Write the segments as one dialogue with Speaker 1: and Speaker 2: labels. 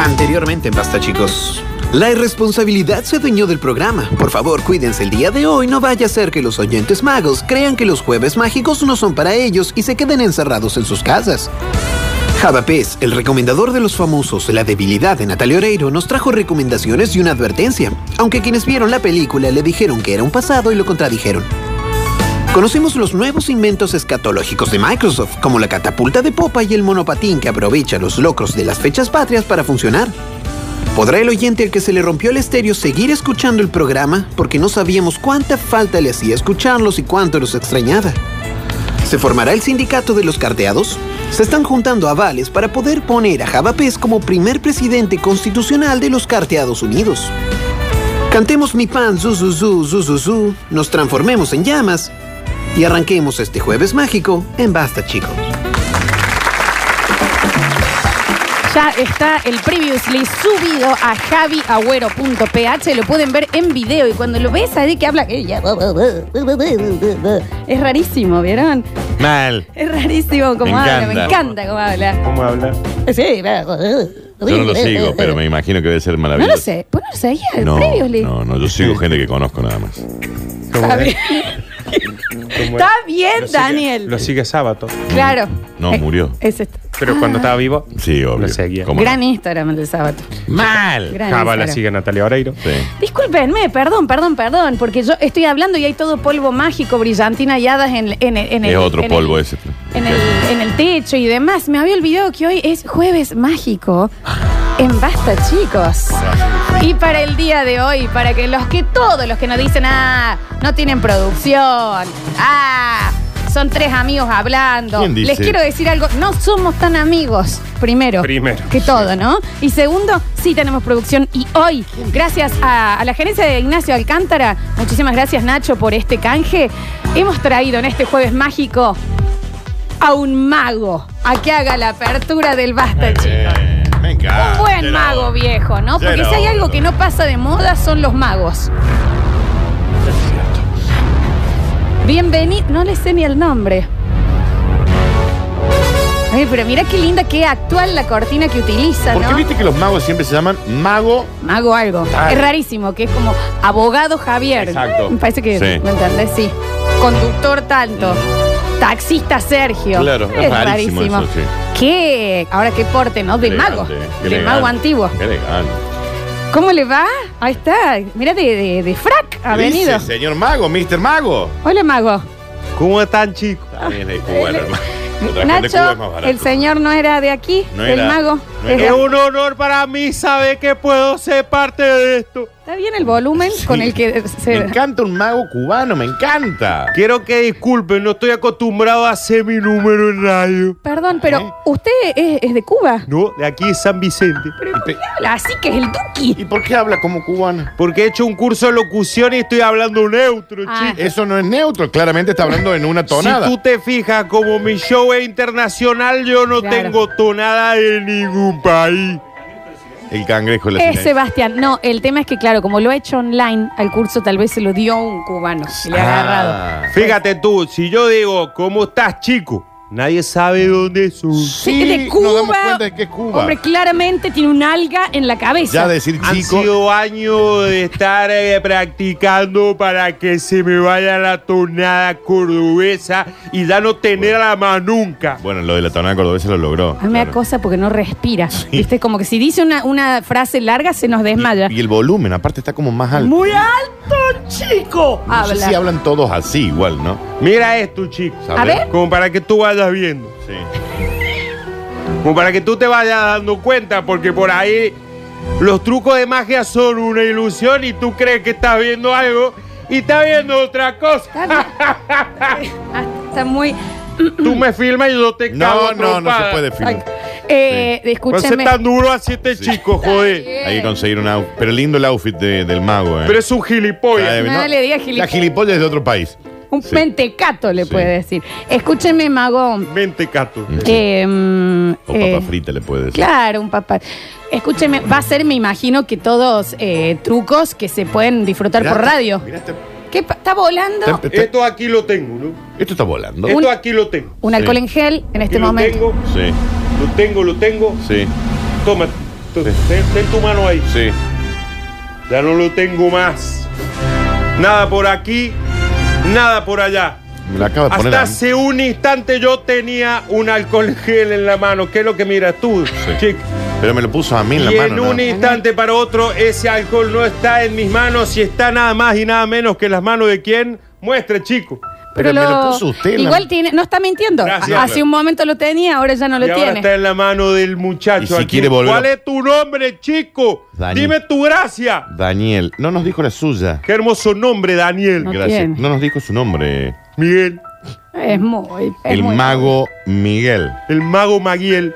Speaker 1: anteriormente en Basta, chicos. La irresponsabilidad se adueñó del programa. Por favor, cuídense el día de hoy. No vaya a ser que los oyentes magos crean que los jueves mágicos no son para ellos y se queden encerrados en sus casas. Javapés, el recomendador de los famosos, la debilidad de Natalia Oreiro, nos trajo recomendaciones y una advertencia, aunque quienes vieron la película le dijeron que era un pasado y lo contradijeron. Conocemos los nuevos inventos escatológicos de Microsoft, como la catapulta de popa y el monopatín que aprovecha los locros de las fechas patrias para funcionar. ¿Podrá el oyente al que se le rompió el estéreo seguir escuchando el programa? Porque no sabíamos cuánta falta le hacía escucharlos y cuánto los extrañaba. ¿Se formará el sindicato de los carteados? Se están juntando avales para poder poner a Javapés como primer presidente constitucional de los Carteados Unidos. Cantemos mi pan, zu, zu, zu, zu, zu, zu, nos transformemos en llamas y arranquemos este jueves mágico en Basta, chicos.
Speaker 2: Ya está el previously subido a javiagüero.ph. Lo pueden ver en video y cuando lo ves, ahí que habla. Es rarísimo, ¿vieron?
Speaker 3: Mal.
Speaker 2: Es rarísimo como
Speaker 3: Me
Speaker 2: habla. Me
Speaker 3: encanta.
Speaker 2: encanta cómo habla.
Speaker 4: ¿Cómo habla?
Speaker 2: Sí,
Speaker 3: Yo no lo sigo, pero me imagino que debe ser
Speaker 2: No
Speaker 3: maravilloso.
Speaker 2: lo sé. ¿Vos no lo sabías? El
Speaker 3: No,
Speaker 2: previously.
Speaker 3: no, no, yo sigo gente que conozco nada más.
Speaker 4: ¿Cómo
Speaker 2: Está
Speaker 4: es?
Speaker 2: bien,
Speaker 4: ¿Cómo
Speaker 2: Está
Speaker 4: es?
Speaker 2: bien,
Speaker 4: Lo sigue-
Speaker 2: Daniel.
Speaker 4: Lo sigue sábado.
Speaker 2: Claro.
Speaker 3: No,
Speaker 2: Eh,
Speaker 3: murió.
Speaker 2: Es esto.
Speaker 4: Pero cuando estaba vivo,
Speaker 3: Sí, obvio.
Speaker 4: Lo seguía.
Speaker 3: ¿Cómo no?
Speaker 2: Gran Instagram el de sábado.
Speaker 3: Mal.
Speaker 2: Gran
Speaker 4: Java la
Speaker 2: Instagram.
Speaker 4: sigue Natalia Oreiro.
Speaker 3: Sí.
Speaker 2: Discúlpenme, perdón, perdón, perdón, porque yo estoy hablando y hay todo polvo mágico, brillantina y hadas en, en- en el.
Speaker 3: Es otro
Speaker 2: en
Speaker 3: polvo
Speaker 2: el-
Speaker 3: ese.
Speaker 2: En el, en el techo y demás. Me había olvidado que hoy es Jueves Mágico en Basta, chicos. Y para el día de hoy, para que los que todos los que nos dicen, ah, no tienen producción, ah, son tres amigos hablando,
Speaker 3: ¿Quién dice?
Speaker 2: les quiero decir algo, no somos tan amigos, primero.
Speaker 4: Primero.
Speaker 2: Que todo, ¿no? Y segundo, sí tenemos producción. Y hoy, gracias a, a la gerencia de Ignacio Alcántara, muchísimas gracias Nacho por este canje, hemos traído en este jueves mágico a un mago a que haga la apertura del basta, chicos.
Speaker 3: Bien, Me encanta.
Speaker 2: Un
Speaker 3: eh, Ya
Speaker 2: buen
Speaker 3: era
Speaker 2: mago
Speaker 3: hora.
Speaker 2: viejo, ¿no?
Speaker 3: Ya
Speaker 2: Porque
Speaker 3: era
Speaker 2: si hay
Speaker 3: hora.
Speaker 2: algo que no pasa de moda son los magos. Bienvenido, no le sé ni el nombre. Ay, pero mira qué linda, qué actual la cortina que utiliza,
Speaker 3: Porque
Speaker 2: ¿no?
Speaker 3: viste que los magos siempre se llaman mago.
Speaker 2: Mago algo.
Speaker 3: Ah.
Speaker 2: Es rarísimo, que es como abogado Javier.
Speaker 3: Exacto.
Speaker 2: Me parece que,
Speaker 3: Sí.
Speaker 2: ¿me entendés? Sí. Conductor tanto. Taxista Sergio.
Speaker 3: Claro, es rarísimo eso, sí.
Speaker 2: ¿Qué? Ahora qué porte, ¿no? De
Speaker 3: Elegante,
Speaker 2: mago.
Speaker 3: qué
Speaker 2: De
Speaker 3: elegante,
Speaker 2: mago antiguo.
Speaker 3: qué elegante.
Speaker 2: ¿Cómo le va? Ahí está. Mira de, de, de frac ha
Speaker 3: ¿Qué dice,
Speaker 2: venido.
Speaker 3: señor mago, Mr. Mago.
Speaker 2: Hola, mago.
Speaker 4: ¿Cómo están, chicos?
Speaker 3: Está bien, de Cuba,
Speaker 2: El-
Speaker 3: hermano. Lo trajeron de Cuba, es más
Speaker 2: Nacho,
Speaker 3: barato.
Speaker 2: el señor no era de aquí,
Speaker 3: No
Speaker 2: el
Speaker 3: era-
Speaker 2: mago.
Speaker 3: no
Speaker 2: Es
Speaker 3: era-
Speaker 4: Es
Speaker 2: de-
Speaker 4: un honor para mí saber que puedo ser parte de esto.
Speaker 2: ¿Está bien el volumen con el que
Speaker 3: Me
Speaker 2: se...
Speaker 3: encanta un mago cubano, me encanta.
Speaker 4: Quiero que disculpen, no estoy acostumbrado a hacer mi número en radio.
Speaker 2: Perdón,
Speaker 3: ¿Eh?
Speaker 2: pero usted es, es de Cuba.
Speaker 4: No, de aquí es San Vicente.
Speaker 2: Pero ¿por
Speaker 3: pe-
Speaker 2: qué habla así que es el Duki?
Speaker 3: ¿Y por qué habla como cubano?
Speaker 4: Porque he hecho un curso de locución y estoy hablando neutro,
Speaker 2: Ah.
Speaker 4: chicos.
Speaker 3: Eso no es neutro, claramente está hablando en una tonada.
Speaker 4: Si tú te fijas, como mi show es internacional, yo no
Speaker 2: Claro.
Speaker 4: tengo tonada de ningún país.
Speaker 3: El cangrejo la
Speaker 2: Es
Speaker 3: silencio.
Speaker 2: Sebastián. No, el tema es que, claro, como lo he hecho online, al curso tal vez se lo dio un cubano. y le ha agarrado.
Speaker 3: Ah.
Speaker 4: Fíjate tú, si yo digo, ¿cómo estás, chico? Nadie sabe dónde soy.
Speaker 3: Sí,
Speaker 2: es de Cuba.
Speaker 3: nos damos cuenta de que es Cuba.
Speaker 2: Hombre, claramente tiene un alga en la cabeza.
Speaker 3: ya decir
Speaker 4: Han
Speaker 3: chico.
Speaker 4: sido años de estar eh, practicando para que se me vaya la tonada cordobesa y ya no tenerla más nunca.
Speaker 3: Bueno, lo de la tonada cordobesa lo logró.
Speaker 2: A mí me da
Speaker 3: claro.
Speaker 2: cosa porque no respira. Viste, como que si dice una, una frase larga se nos desmaya.
Speaker 3: Y el volumen, aparte está como más alto.
Speaker 2: Muy alto, chico.
Speaker 3: No sé
Speaker 2: Habla.
Speaker 3: si hablan todos así igual, ¿no?
Speaker 4: Mira esto, chicos.
Speaker 2: A ver.
Speaker 4: Como para que tú vayas viendo.
Speaker 3: Sí.
Speaker 4: Como para que tú te vayas dando cuenta, porque por ahí los trucos de magia son una ilusión y tú crees que estás viendo algo y estás viendo otra
Speaker 2: Está,
Speaker 4: cosa.
Speaker 2: bien. Ah, está muy.
Speaker 4: tú me filmas y yo te cago
Speaker 3: No, no,
Speaker 4: a
Speaker 3: no se
Speaker 4: trompadas.
Speaker 3: puede filmar.
Speaker 2: Eh,
Speaker 4: Va a ser
Speaker 2: Escúcheme. Eh,
Speaker 4: tan duro así este chico, joder.
Speaker 3: Hay que conseguir un outfit. Pero lindo el outfit de- del mago, ¿eh?
Speaker 4: Pero es un
Speaker 3: Ah,
Speaker 4: gilipollas.
Speaker 3: eh,
Speaker 2: No le digas
Speaker 3: La
Speaker 2: gilipollas.
Speaker 3: gilipollas es de otro país.
Speaker 2: Un
Speaker 3: Sí.
Speaker 2: pentecato le
Speaker 3: Sí.
Speaker 2: puede decir. Escúcheme, mago.
Speaker 4: Vente, Cato.
Speaker 2: Eh, mm,
Speaker 3: O
Speaker 2: eh,
Speaker 3: papa frita le puede decir.
Speaker 2: Claro, un papá. Escúcheme, va a ser, me imagino, que todos eh, trucos que se pueden disfrutar
Speaker 3: Mirá,
Speaker 2: por radio.
Speaker 3: mirá, está-
Speaker 2: ¿Qué pa- está volando?
Speaker 3: está- está-
Speaker 4: Esto aquí lo tengo, ¿no?
Speaker 3: esto está volando.
Speaker 4: Esto aquí lo tengo.
Speaker 2: Un alcohol en gel en este
Speaker 4: Y lo
Speaker 2: momento.
Speaker 4: tengo,
Speaker 3: Sí,
Speaker 4: lo tengo, lo tengo.
Speaker 3: sí.
Speaker 4: Toma. Exacto. Ten, ten tu mano ahí.
Speaker 3: Sí.
Speaker 4: Ya no lo tengo más. Nada por aquí, nada por allá.
Speaker 3: Me la acaba de poner.
Speaker 4: Hasta
Speaker 3: a-
Speaker 4: hace un instante yo tenía un alcohol en gel en la mano. ¿Qué es lo que miras tú, chick?
Speaker 3: Pero me lo puso a mí
Speaker 4: Y
Speaker 3: en la
Speaker 4: en
Speaker 3: mano.
Speaker 4: un
Speaker 3: nada.
Speaker 4: instante para otro, ese alcohol no está en mis manos y está nada más y nada menos que en las manos de quien muestre, chico.
Speaker 3: Pero me lo puso usted, la-
Speaker 2: Igual tiene, no está mintiendo. Ah,
Speaker 4: Gracias.
Speaker 2: Hace un momento lo tenía, ahora ya no lo
Speaker 4: y ahora
Speaker 2: tiene.
Speaker 4: está en la mano del muchacho.
Speaker 3: Y si
Speaker 4: aquí.
Speaker 3: quiere volver
Speaker 4: ¿Cuál
Speaker 3: a-
Speaker 4: es tu nombre, chico?
Speaker 3: Dani.
Speaker 4: Dime tu gracia.
Speaker 3: Daniel. No nos dijo la suya.
Speaker 4: Qué hermoso nombre, Daniel.
Speaker 2: No
Speaker 3: Gracias.
Speaker 2: tiene.
Speaker 3: No nos dijo su nombre.
Speaker 4: Miguel,
Speaker 2: Es muy. es
Speaker 3: el
Speaker 2: muy-
Speaker 3: mago Miguel.
Speaker 4: el mago Maguiel.